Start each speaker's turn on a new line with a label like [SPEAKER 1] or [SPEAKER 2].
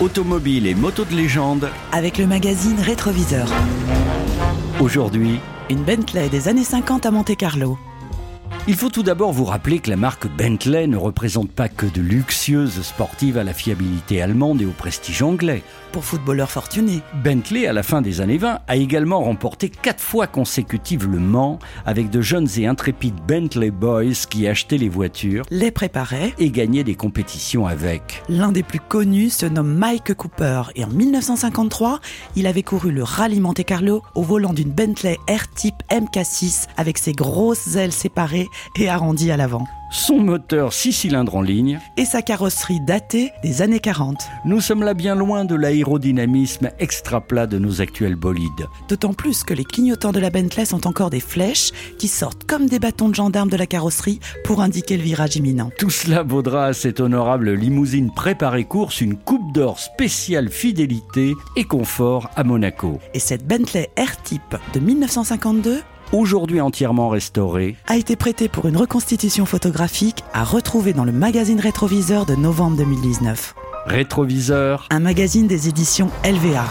[SPEAKER 1] automobiles et motos de légende.
[SPEAKER 2] Avec le magazine Rétroviseur.
[SPEAKER 1] Aujourd'hui,
[SPEAKER 2] Une Bentley des années 50 à Monte-Carlo.
[SPEAKER 1] il faut tout d'abord vous rappeler que la marque Bentley ne représente pas que de luxueuses sportives à la fiabilité allemande et au prestige anglais.
[SPEAKER 2] Pour footballeurs fortunés.
[SPEAKER 1] Bentley, à la fin des années 20, a également remporté quatre fois consécutives le Mans avec de jeunes et intrépides Bentley Boys qui achetaient les voitures
[SPEAKER 2] Les préparait.
[SPEAKER 1] et gagnaient des compétitions avec.
[SPEAKER 2] L'un des plus connus se nomme Mike Cooper et en 1953, il avait couru le rallye Monte-Carlo au volant d'une Bentley R-Type MK6 avec ses grosses ailes séparées et arrondies à l'avant.
[SPEAKER 1] Son moteur 6 cylindres en ligne,
[SPEAKER 2] Et sa carrosserie datée des années 40.
[SPEAKER 1] nous sommes là bien loin de l'aérodynamisme extra plat de nos actuels bolides.
[SPEAKER 2] D'autant plus que les clignotants de la Bentley sont encore des flèches qui sortent comme des bâtons de gendarmes de la carrosserie pour indiquer le virage imminent.
[SPEAKER 1] Tout cela vaudra à cette honorable limousine préparée course une coupe d'or spéciale fidélité et confort à Monaco.
[SPEAKER 2] Et cette Bentley R-Type de 1952
[SPEAKER 1] Aujourd'hui entièrement restaurée,
[SPEAKER 2] a été prêtée pour une reconstitution photographique à retrouver dans le magazine Rétroviseur de novembre 2019.
[SPEAKER 1] rétroviseur,
[SPEAKER 2] Un magazine des éditions LVA.